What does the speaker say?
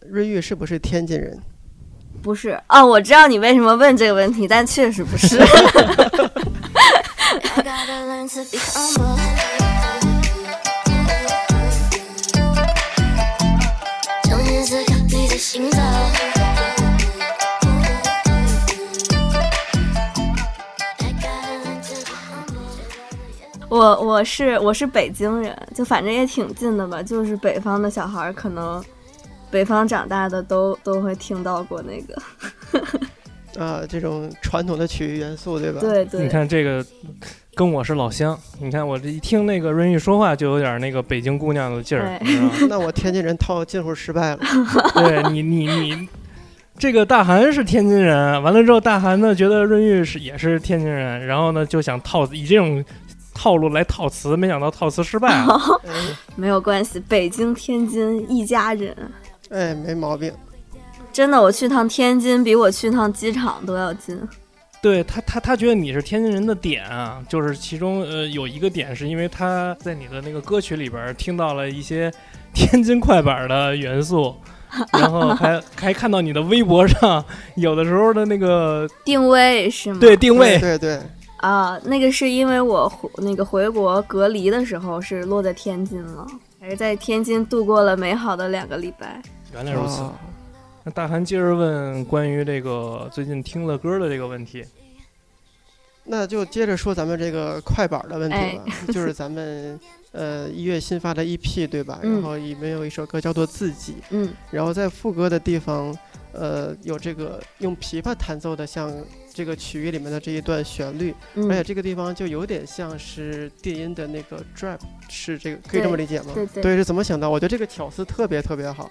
瑞玉是不是天津人？不是哦，我知道你为什么问这个问题，但确实不 是。 I gotta learn to be humble. 정해서 곁들여 심장. I gotta learn to be humble. 我我是我是北京人，就反正也挺近的吧，就是北方的小孩儿可能。北方长大的都都会听到过那个，啊，这种传统的曲艺元素，对吧？对对，你看这个跟我是老乡，你看我这一听那个润玉说话就有点那个北京姑娘的劲儿哎，你知道 吗那我天津人套近乎失败了。对你你你。这个大韩是天津人，完了之后，大韩呢觉得润玉是也是天津人，然后呢就想套以这种套路来套词，没想到套词失败了。哎没有关系，北京、天津一家人。哎，没毛病。真的，我去趟天津比我去趟机场都要近。对他，他他觉得你是天津人的点啊，就是其中呃有一个点是因为他在你的那个歌曲里边儿听到了一些 天津快板儿的元素，然后 还还看到你的微博上有的时候的那个定位是吗？对定位，对对对，啊，那个是因为我回那个回国隔离的时候是落在天津了，还是在天津度过了美好的两个礼拜。原来如此。啊那大韩接着问关于这个最近听了歌的这个问题，那就接着说咱们这个快板儿的问题哎吧， 就是咱们呃一月新发的 EP 对吧？嗯然后里面有一首歌叫做《自己》，嗯，然后在副歌的地方，呃，有这个用琵琶弹奏的，像这个曲艺里面的这一段旋律，嗯而哎且这个地方就有点像是电音的那个 drop，是这个可以这么理解吗？对对是怎么想到？我觉得这个巧思特别特别好。